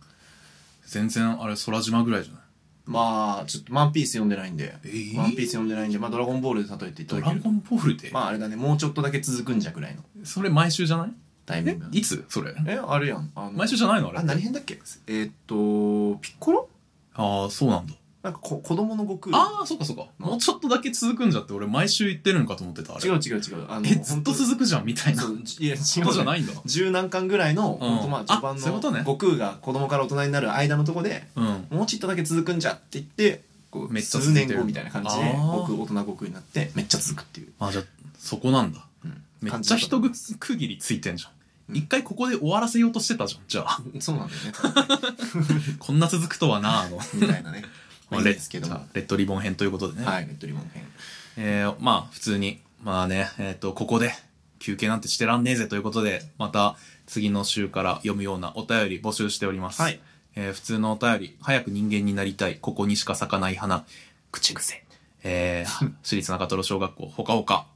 全然、あれ、空島ぐらいじゃないまあちょっと「ワンピース読んでないんで「えーワンピース読んでないんでまあ「ドラゴンボール」で例えていたドだラけるゴンボールで、まああれだねもうちょっとだけ続くんじゃぐらいのそれ毎週じゃないタイミえングいつそれ。えあれやんあの毎週じゃないのあれ。ああ何編だっけえーっとピッコロあー、そうなんだ。なんかこ子供の悟空ああ、そうかそうか。もうちょっとだけ続くんじゃって、俺毎週言ってるんかと思ってた、あれ。違う違う違うあのえ、ずっと本続くじゃん、みたい当そなこういや違うとじゃないんだ。十何巻ぐらいの、うんほんとまあ序盤あそういうのことね悟空が子供から大人になる間のとこでうん。もうちょっとだけ続くんじゃって言ってこうめっちゃ数続いてる年後みたいな感じであー悟空大人悟空になってめっちゃ続くっていう、あ、じゃあ、そこなんだ。うんめっちゃ人感じだと思い区切りついてんじゃうんん。一回ここで終わらせようとしてたじゃん、じゃあ。ますそうなんだよねこんな続くとはな、あの。みたいな ねまあいいレですけどもレッドリボン編ということでね。はいレッドリボン編えーまあ、普通に、まあね、えっ、と、ここで休憩なんてしてらんねえぜということで、また次の週から読むようなお便り募集しております。はい。えー普通のお便り、早く人間になりたい、ここにしか咲かない花、口癖、え ー私立中ト小学校、ほかほか、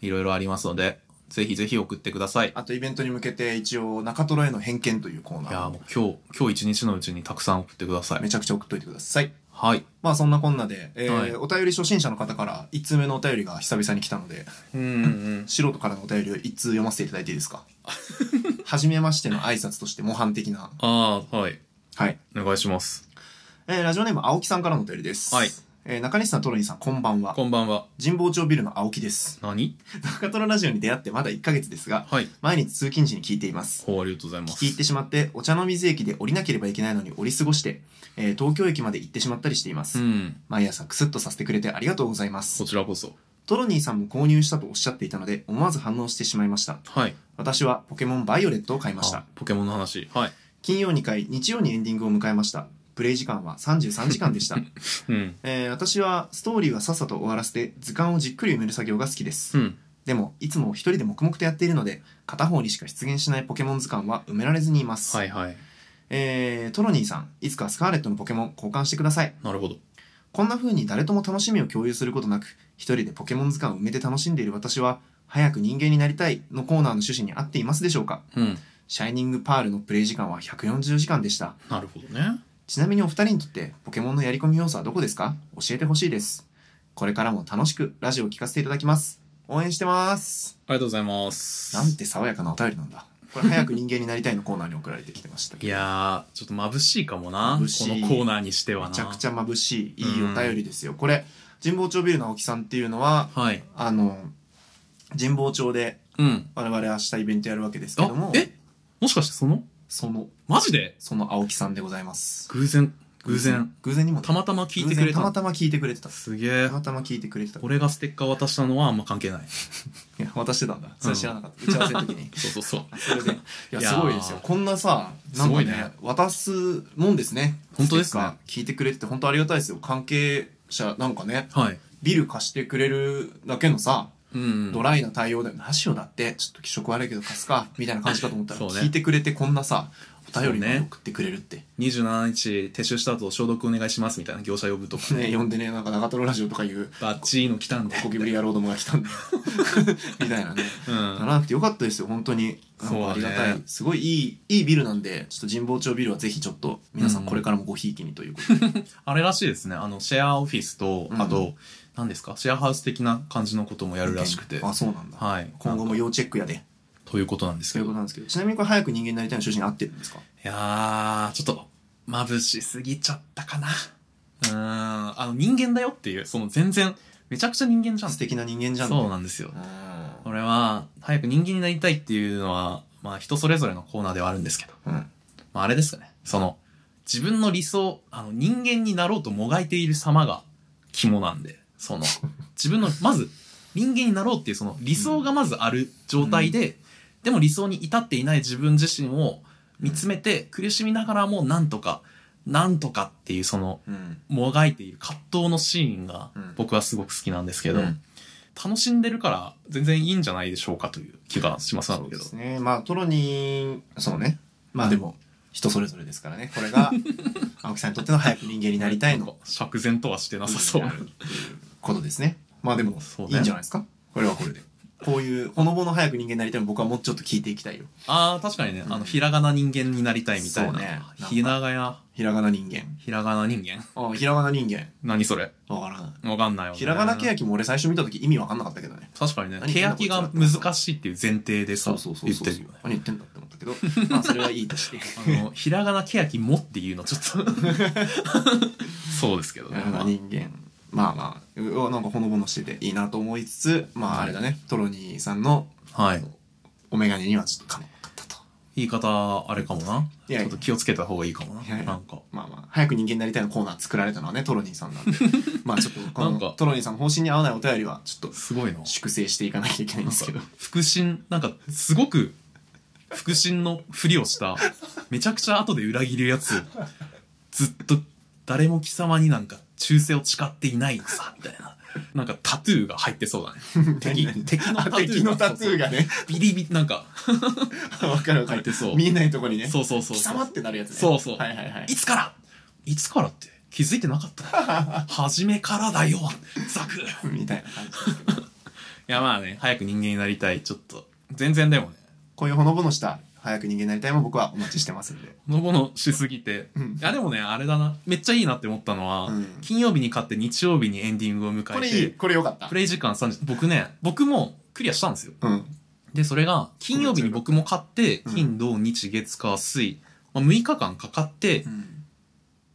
いろいろありますので、ぜひぜひ送ってください。あとイベントに向けて一応中トロへの偏見というコーナいやーーもう今日、今日一日のうちにたくさん送ってくださいめ。ちゃくちゃ送っといてくださいはい。まあそんなこんなで、えーはいお便り初心者の方から1通目のお便りが久々に来たのでうんうん。素人からのお便りを1通読ませていただいていいです か初めましての挨拶として模範的なああ、はい。はいお願いします。えーラジオネーム青木さんからのお便りです。はいえー中西さん、トロニーさん、こんばんは。こんばんは。神保町ビルの青木です。何中トロラジオに出会ってまだ1ヶ月ですが、はい。毎日通勤時に聞いています。ほう、ありがとうございま聞す。き入ってしまって、お茶の水駅で降りなければいけないのに降り過ごして、えー東京駅まで行ってしまったりしています。うん。毎朝クスッとさせてくれてありがとうございますこ。ちらこそ。トロニーさんも購入したとおっしゃっていたので、思わず反応してしまいました。はい。私はポケモンバイオレットを買いましたあ。ポケモンの話。はい。金曜2回、日曜にエンディングを迎えました。プレイ時間は33時間で した。うん。えー私はストーリーはさっさと終わらせて図鑑をじっくり埋める作業が好きです、うん。でもいつも一人で黙々とやっているので片方にしか出現しないポケモン図鑑は埋められずにいます、はいはい。えートロニーさんいつかスカーレットのポケモン交換してくださいなるほど。こんな風に誰とも楽しみを共有することなく一人でポケモン図鑑を埋めて楽しんでいる私は早く人間になりたいのコーナーの趣旨に合っていますでしょうかうん。シャイニングパールのプレイ時間は140時間でした。なるほどね。ちなみにお二人にとってポケモンのやり込み要素はどこですか教えてほしいです。これからも楽しくラジオを聞かせていただきます。応援してます。ありがとうございます。なんて爽やかなお便りなんだ。これ早く人間になりたいのコーナーに送られてきてましたいけど。やー、ちょっと眩しいかもな。こ眩しいのコーナーにしてはな。めちゃくちゃ眩しい、いいお便りですよ。これ、神保町ビルの青木さんっていうのは、はい。あの、神保町でうん。我々明日イベントやるわけですけどあも、、えもしかしてそのその、マジでその青木さんでございます。偶然、偶然。。偶然にもねたまたま聞いてく偶れ然たたま。たま聞いてくれてた。すげえた。またま聞いてくれてた。俺がステッカー渡したのはあんま関係ない。いや、渡してたんだ。それ知らなかった。打ち合わせの時に。 そうそうそう。それで。いや、いやーすごいですよ。こんなさ、なすんごかいねね、渡すもんですね。本当ですかステッカー聞いてくれてて、本当ありがたいですよ。関係者、なんかね、はい。ビル貸してくれるだけのさ、うん。ドライな対応だよ。ラジオだって、ちょっと気色悪いけど貸すか、みたいな感じかと思ったら、そうね聞いてくれてこんなさ、お便りそうねも送ってくれるって。 27日撤収した後消毒お願いしますみたいな業者呼ぶとか。ね、呼んでね、なんか長瀞ラジオとかいう、バッチーの来たんで。ゴキブリ野郎どもが来 たんだよみたいなね。うんな。らなくてよかったですよ本当になんそうかあだねりがたい、すごいいいいいビルなんでちょっと神保町ビルはぜひちょっと皆さうんんこれからもごひいきにということで、あれらしいですね。あの、シェアオフィスと、うんあと、何ですかシェアハウス的な感じのこともやるらしくて。あそうなんだ、はい。今後なんもか要チェックやでということなんですそけういうど。こいとなんですけどちなみにこれ早く人間になりたいの主人合ってるんですかやー、ちょっと、眩しすぎちゃったかな。うーん。あの、人間だよっていう、その全然、めちゃくちゃ人間じゃん。素敵な人間じゃんそううなんですよ。ん俺は、早く人間になりたいっていうのは、まあ人それぞれのコーナーではあるんですけど。うんまあ、あれですかね。その、自分の理想、あの、人間になろうともがいている様が肝なんで、 その、自分の、まず、人間になろうっていうその理想がまずある状態で、でも理想に至っていない自分自身を見つめて苦しみながらもなんとか、なんとかっていうその、うんもがいている葛藤のシーンがうん僕はすごく好きなんですけど、うん楽しんでるから全然いいんじゃないでしょうかという気がしますなそんうだでけどす。ねまあトロニーそうねまあでも人それぞれですからねこれ が青木さんにとっての早く人間になりたいのなんか釈然とはしてなさそう。っていうことですね。まあでも、そうねいいんじゃないですかこれはこれで。こういう、ほのぼの早く人間になりたいの僕はもうちょっと聞いていきたいよ。ああ、確かにね、うんあの、ひらがな人間になりたいみたいそな。うねなんかひらがや、ひらがな人間。ひらがな人間ああ、ひらがな人間。何それわからない。わかんないよ、ね。ひらがなけやきも俺最初見た時意味わかんなかったけどね。確かにね、何けやきが難しいっていう前提でさ、言ってるよね。何言ってんだって思ったけど、まあそれはいいと して。あの、ひらがなけやきもっていうのちょ っと、そうですけどひねら。がな人間。まあまあ、うわなんかほのぼのしてていいなと思いつつ、まああれだね、トロニーさんのはい。お眼鏡にはちょっとかまなかったと。言い方、あれかもな。いやいやちょっと気をつけた方がいいかもな。いやいやなんか。まあまあ、早く人間になりたいのコーナー作られたのはね、トロニーさん なんで。まあちょっと、こなんかのトロニーさんの方針に合わないお便りは、ちょっとすごいな。粛清していかなきゃいけないんですけど。腹心、なんか、すごく、腹心のふりをした、めちゃくちゃ後で裏切るやつ、ずっと、誰も貴様になんか、忠誠を誓っていないのさ、みたいな。なんか、タトゥーが入ってそうだね。敵、敵のタあトゥーが。敵のタトゥーがね、そうそう。ビリビリ、なんか、わかるわか入ってる。そう。見えないとこにね、そうそうそう貴そう。様ってなるやつね。そうそうはいはいはいい。つからいつからって気づいてなかった初めからだよ、ザク。みたいな感じですけど。いやまあね、早く人間になりたい。ちょっと、全然でもね、こういうほのぼのした、早く人間になりたいも僕はお待ちしてますんで。ほのぼのしすぎて。うんいやでもね、あれだな。めっちゃいいなって思ったのは、うん金曜日に勝って日曜日にエンディングを迎えて、これいい、これよかったプ。レイ時間30、僕ね、僕もクリアしたんですよ。うん。で、それが、金曜日に僕も勝って、うん金、土、日、月、火、水、まあ、6日間かかってうん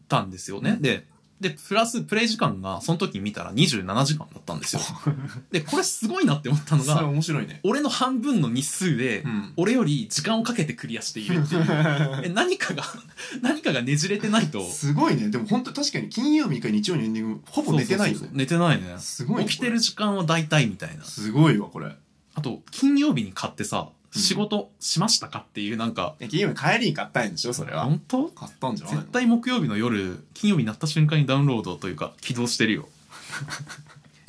たんですよね。うんで、で、プラスプレイ時間が、その時見たら27時間だったんですよ。で、これすごいなって思ったのそれが、面白いね。俺の半分の日数で、うん俺より時間をかけてクリアしてい るっていう。え何かが何かがねじれてないと すごいね。でも本当確かに金曜日か日曜日のエンディング、ほぼ寝てないよそうそうそうね。寝てないねすごいね起きてる時間は大体みたいなすごいわ、これ。あと金曜日に買ってさうん仕事しましたかっていうなんか、え金曜日帰りに買ったんでしょ、それは。本当買ったんじゃないの絶対木曜日の夜金曜日になった瞬間にダウンロードというか起動してる よ、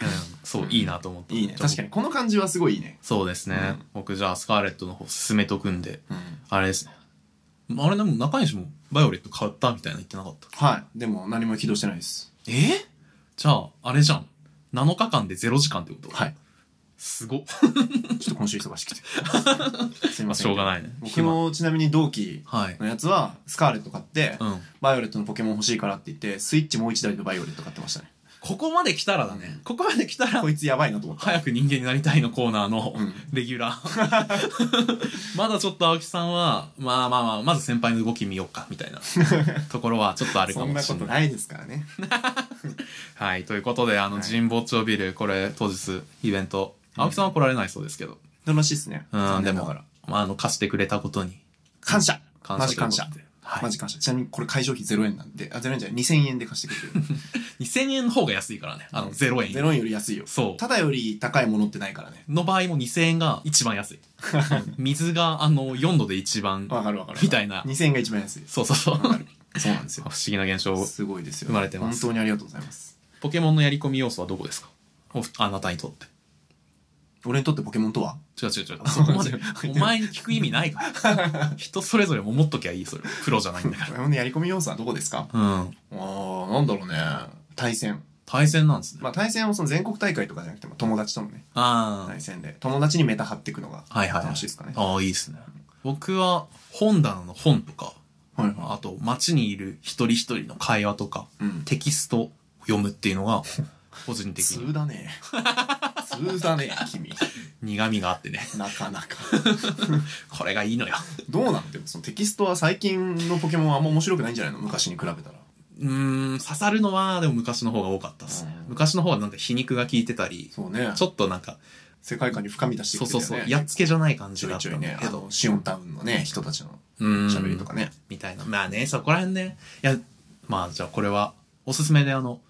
うん、そういいなと思ったいいね確かににこの感じはすごいいいね、そうですね、うん僕じゃあスカーレットの方進めとくんであれですねあれでも中西もバイオレット買ったみたいな言ってなかったはいでも何も起動してないですえじゃああれじゃん7日間で0時間ってことはいすごっ。ちょっと今週忙し くてすいまあ、ませんしょうがないね。僕もちなみに同期暇。はい。のやつはスカーレット買って、うん。バイオレットのポケモン欲しいからって言ってスイッチもう一台でバイオレット買ってました ねここまで来たらだね。ここまで来たらこ、いつやばいなと思った、早く人間になりたいのコーナーのうん、 レギュラー。 まだちょっと青木さんは、まあまあまあ、まず先輩の動き見ようか、み たいなところはちょっとあるかそんもなしこれなとい。ないですからねはい。ということで、あの、はい神保町ビル、これ当日イベント、青木さんは来られないそうですけど。楽しいっすねうん、で残念なもがら、まあ、あの、貸してくれたことに。感謝マジとい感うこと謝ではいマ。ジ感謝ちなみにこれ会場費0円なんであ0円じゃない2000円で貸してくれてる2000円の方が安いからね。あの、0円。 0円より安いよそう。ただより高いものってないからねの場合も2000円が一 番安い。水があの4度で一番、わかるわかるみたいな2000円が一番 安いですそうそうそう。わ不かるそうなんですよ思議な現象。すごいですよ生まれてます本当にありがとうございますポケモンのやり込み要素はどこですかおあなたにとって。俺にとってポケモンとは。違う違う違う。そこまで お前に聞く意味ないから。人それぞれ思っときゃいい、それ。プロじゃないんだか。ポケモンのやり込み要素はどこですからうん。あーなんだろうね対戦対戦なんですね。まあ対戦はその全国大会とかじゃなくても友達とのねああ、対戦で友達にメタ張っていくのがはいはい。楽しいですかねああ、いいですね。僕は本棚の本とか、はいあと街にいる一人一人の会話とか、いうんテキストを読むっていうのが、個人的に通だ ね通だね君苦味があってね。 なかなかこれがいいのよ。どうなんてそのテキストは最近のポケモンはあんま面白くないんじゃないの昔に比べたらうーん、刺さるのは、でも昔の方が多かったっすねう。ん昔の方はなんか皮肉が効いてたり、そうねちょっとなんか、世界観に深み出してそうきてそたうよねそう、やっつけじゃない感ちじょだいっちたょいんだねけあどの、シオンタウンのね人たちのうーん、喋りとかねみたいな。まあね、そこら辺ね。いや、まあじゃあこれは、おすすめであの、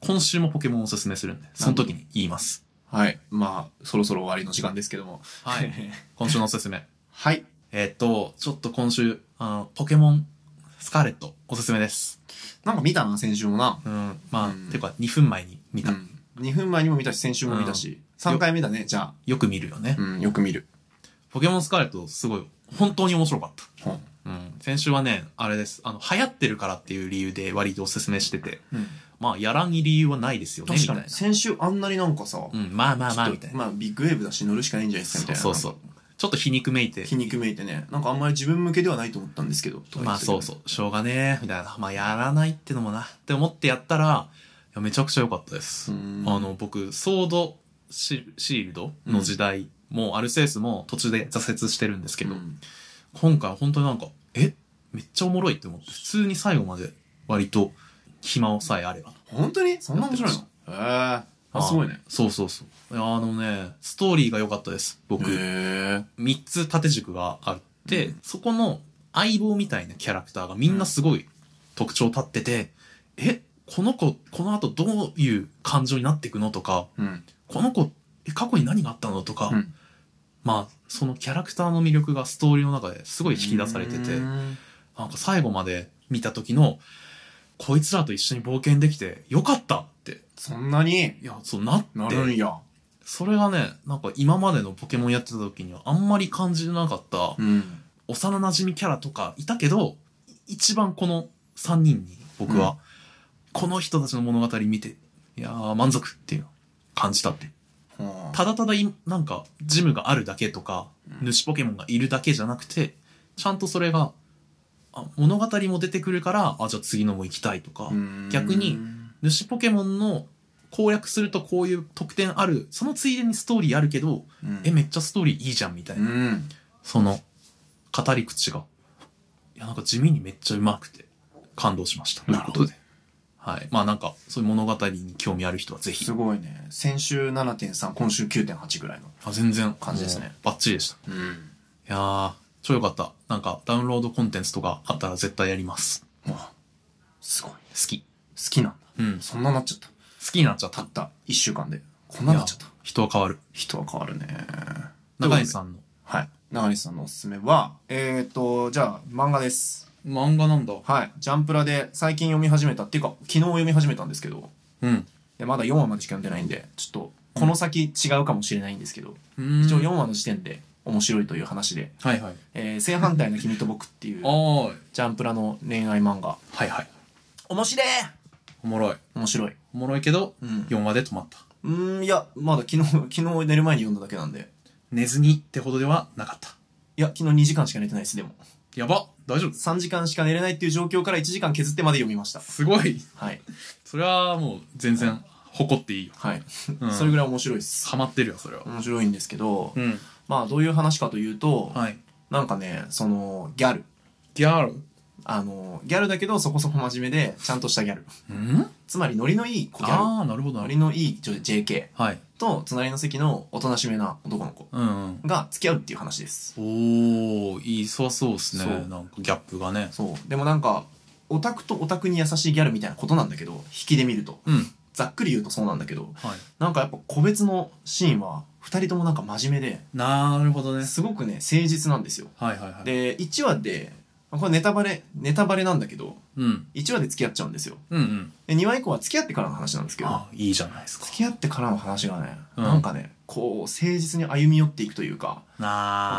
今週もポケモンおすすめするんで、その時に言います。はいまあそろそろ終わりの時間ですけどもはい今週のおすすめ。 はいえっと、ちょっと今週、あの、ポケモン、スカーレット、おすすめです。なんか見たな先週もな、うん、まあ、うんてか2分前に見うた。ん、2分前にも見たし先週も見たし、三3回目だねじゃあ、よく見るよね。うん、よく見る、ポケモンスカーレット、すごい、本当に面白かった。うんうん、先週はね、あれです。あの、流行ってるからっていう理由で割とおすすめしてて、まあ、やらんに理由はないですよね、み確たかいなに。先週あんなになんかさ、うん、まあまあちょまっあ、とみたいな。まあビッグウェーブだし乗るしかないんじゃないですかみたいなそうそうそう。ちょっと皮肉めいて、皮肉めいてねなんかあんまり自分向けではないと思ったんですけどまあそううそう、しょうがねえ、みたいな。まあ、やらないってのもな、って思ってやったら、いやめちゃくちゃ良かったです。うあんの、僕、ソードシシールドの時代も、アルセウスも途中で挫折してるんですけうど、ん今回は本当になんか、えめっちゃおもろいって思って、普通に最後まで割と暇をさえあれば。本当にそんな面白いのやっへえあすごいねそうそうそう。いやあのね、ストーリーが良かったです。僕、へえ3つ縦軸があって、そこの相棒みたいなキャラクターがみんなすごい特徴立ってて、え、この子、この後どういう感情になっていくのとか、うんこの子、え過去に何があったのとか、うんまあ、そのキャラクターの魅力がストーリーの中ですごい引き出されてて、うんなんか最後まで見た時の、こいつらと一緒に冒険できてよかったって、そんなにいや、そうなって、なるんやそれがね、なんか今までのポケモンやってた時にはあんまり感じなかった、うん幼馴染キャラとかいたけど、い一番この3人に僕は、この人たちの物語見て、いやー満足っていうのを感じたって。はあただただい、なんか、ジムがあるだけとか、主ポケモンがいるだけじゃなくて、ちゃんとそれが、あ物語も出てくるから、あ、じゃあ次のも行きたいとか、うん逆に主ポケモンの攻略するとこういう特典ある、そのついでにストーリーあるけど、うんえ、めっちゃストーリーいいじゃんみたいうな。んその語り口が、いや、なんか地味にめっちゃうまくて感動しました。なるほどということで。はい。まあなんか、そういう物語に興味ある人はぜひす。ごいね先週7.3今週9.8ぐらいのあ、全然感じですね。もうバッチリでした。いうんやー、超よかった。なんか、ダウンロードコンテンツとかあったら絶対やります。わあすごい好好き。きなんだうん。好そんななっちゃったきになっちゃったた。った1週間でこんななっちゃったいや人は変わる。人は変わるね中西さんの。はい中西さんのおすすめはえっ、ー、とじゃあ漫画です漫画なんだ。はいジャンプラで最近読み始めたっていうか昨日読み始めたんですけどうん。でまだ4話までしか読んでないんでちょっとこの先違うかもしれないんですけど、一一応4話の時点で面白いという話で話。はいはい。 「えー正反対の君と僕」っていうおーい。ジャンプラの恋愛漫画はいはい。面白いおもろい。面白いおもろいけど、うん4話で止まった。うーんいやまだ昨日昨日寝る前に読んだだけなんで寝ずにってほどではなかった。いや昨日2時間しか寝てないですでもやば大丈夫3時間しか寝れないっていう状況から1時間削ってまで読みましたすごい。はいそれはもう全然誇っていいよ。はい、うんそれぐらい面白いですハマってるよ、それは。面白いんですけど、うん。まあどういう話かというと、はい。なんかねそのギャルギャル。あのギャルだけどそこそこ真面目でちゃんとしたギャルうんつまりノリのいい子ギャルああ、なるほど、なノリるほのいい女 JK ど。はい。と隣の席のおとなしめな男の子うん、が付き合うっていう話ですうん。おー、いい、そうそうですそね。うなんかギャップがね。そうでもなんかオタクとオタクに優しいギャルみたいなことなんだけど引きで見るとうん。ざっくり言うとそうなんだけどはい。なんかやっぱ個別のシーンは2人ともなんか真面目でなるほどね。すごくね誠実なんですよはいはいはい。、で1話でこれネタバレネタバレなんだけどうん。 1話で付き合っちゃうんですようんうん。で2話以降は付き合ってからの話なんですけどあいいじゃないですか付。き合ってからの話がね、うんなんかねこう誠実に歩み寄っていくというかな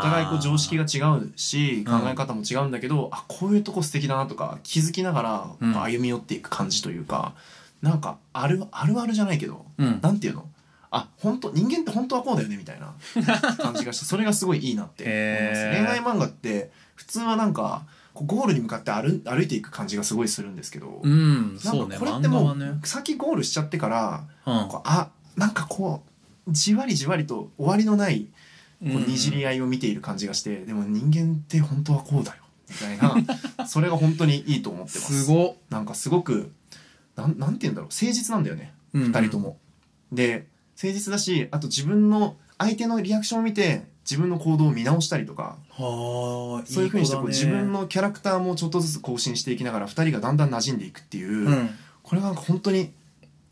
おあ互いこう常識がが。違うしうん考え方も違うんだけど、あこういうとこ素敵だなとか気づきながらうんこう歩み寄っていく感じというか、なんかあるあるあるじゃないけどうん。なんていうのあ本当人間って本当はこうだよねみたいな感じがしてそれがすごいいいなって思いますへー恋愛漫画って普通はなんかこうゴールに向かって歩歩いていく感じがすごいするんですけど、うん、なそうんね。かこれっ漫て画もはう、ね。先ゴールしちゃってからうんこうあなんかこうじわりじわりと終わりのないこううんにじり合いを見ている感じがして、でも人間って本当はこうだよみたいな それが本当にいいと思ってますすごなんかすごくなんなんて言うんだろう誠実なんだよね二2人とも、で誠実だしあと自分の相手のリアクションを見て自分の行動を見直したりとかはあそういうふうにしてこう自分ののキャラクターもちょっとずつ更新していきながら2人がだんだん馴染んでいくっていう、うんこれがなんか本当に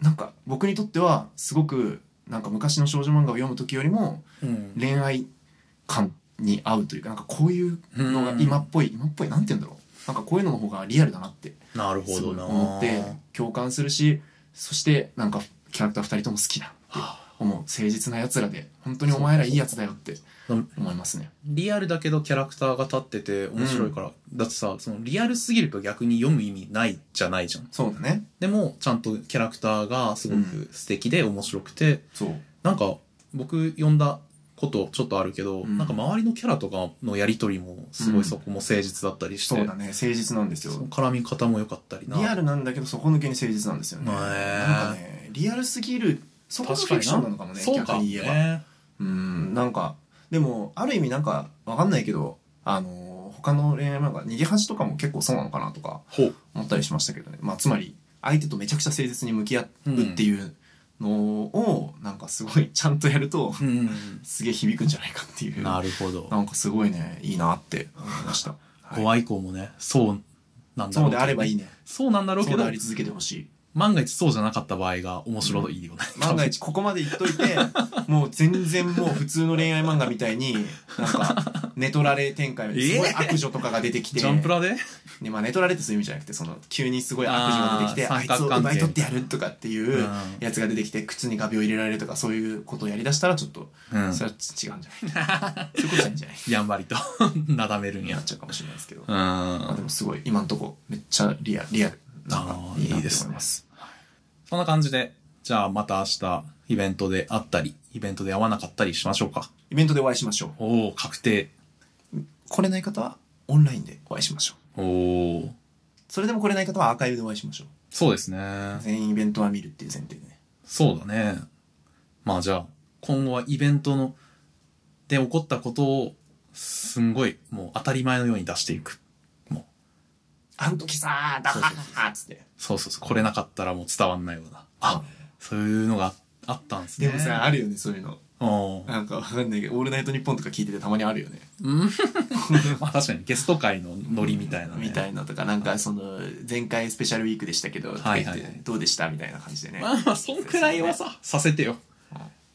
なんか僕にとってはすごくなんか昔の少女漫画を読む時よりもうん恋愛感に合うというかなんかこういうのが今っぽい、今っぽいなんて言うんだろうなんかこういうのの方がリアルだなってなるほすごどいな思って共感するしそしてなんかキャラクター2人とも好きだってはあ思う誠実なやつらで本当にお前らいいやつだよって思いますねリアルだけどキャラクターが立ってて面白いから、だってさそのリアルすぎると逆に読む意味ないじゃないじゃんそうだねでもちゃんとキャラクターがすごうく素敵で面白くて、そうなんか僕読んだことちょっとあるけど、うんなんか周りのキャラとかのやり取りもすごいそこも誠実だったりして、そうだね誠実なんですそのよ絡み方も良かったりなリアルなんだけど底抜けに誠実なんですよねへえなんかねリアルすぎるそこがフ確かィクにションなのかもねそう逆かに言えばねうんなんかでもある意味なんかわかんないけどあのー他の恋愛漫画逃げ恥とかも結構そうなのかなとかほう思ったりしましたけどね、まあ、つまり相手とめちゃくちゃ誠実に向き合うっていうのをなんかすごいちゃんとやるとすげえ響くんじゃないかっていうなるほどなんかすごいねいいなって思いました、はいご愛好もねそうなんだそろううであればいいねそうなんだろうそけうどであり続けてほしい万が一そうじゃなかった場合が面白いよね、万が一ここまで言っといて もう全然もう普通の恋愛漫画みたいになんかネトラレ展開すごい悪女とかが出てきて、 ジャンプラでねまあ、ネトラレってそういう意味じゃなくてその急にすごい悪女が出てきてあーあいつ三を角関係奪い取ってやるとかっていううんやつが出てきて靴に画鋲入れられるとかそういうことをやりだしたらちょっとうんそれは違うんじ ゃない、そういうことじゃないんじゃないやんばりと なだめるんやなっちゃうかもしれないですけど、うんまあ、でもすごい今んとこめっちゃリアリアルなんかあーいいないといですね思いますそんな感じでじゃあまた明日イベントで会ったりイベントで会わなかったりしましょうかイベントでお会いしましょうおお確定来れない方はオンラインでお会いしましょうおおそれでも来れない方はアーカイブでお会いしましょうそうですね全員イベントは見るっていう前提でねそうだねまあじゃあ今後はイベントので起こったことをすんごいもう当たり前のように出していくもうあの時さーだそうはそうっはっつってそうそうそう、来れなかったらもう伝わんないような。あ、そういうのがあったんですね。でもさ、あるよねそういうのうん。なんかわかんないけど「オールナイトニッポン」とか聞いててたまにあるよねまあ確かにゲスト会のノリみたいなね。みたいなとかなんかその前回スペシャルウィークでしたけどとか言ってはいはいはいどうでしたみたいな感じでねまあまあ、そんくらいはさ、させてよ。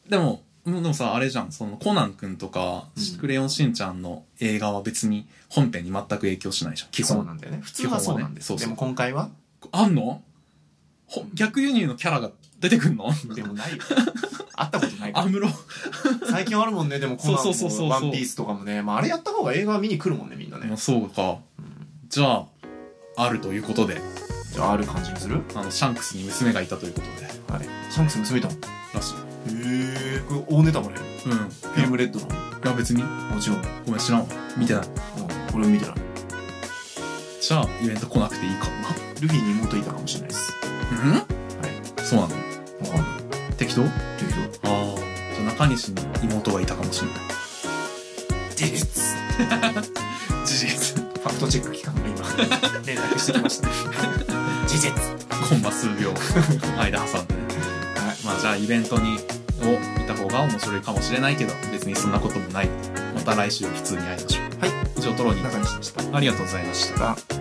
でも、うんでもさ、あれじゃん、そのコナン君とか、うんクレヨンしんちゃんの映画は別に本編に全く影響しないじゃん、基そう本。なんだよね普通はそうなんです、基本はねそうそでうも今回はあんのほ逆輸入のキャラが出てくんのでもないよ 会ったことないか アらムロ。最近あるもんねでもコナンそうそうそうそうもワンピースとかもね、まあ、あれやった方が映画見に来るもんねみんなねそうか。じゃあ、あるということで、じゃあある感じにするあの、シャンクスに娘がいたということはで、いシャンクス娘とらしい。へえこれ大ネタもねうんいフィルムレッドのや別にもちろん、うん、ごめん知らんわ見てないこれを見てないじゃあイベント来なくていいかもなルフィに妹いたかもしれないですうんそうわなのかんない適当あけどあじゃあ中西に妹がいたかもしれない事実事実ファクトチェック機関が今連絡してきました事実コンマ数 秒間挟んでねはいまあじゃあイベントにを見た方が面白いかもしれないけど別にそんなこともないまた来週普通に会いましょうはい以上トロニ中ー西でしたありがとうございましたさあ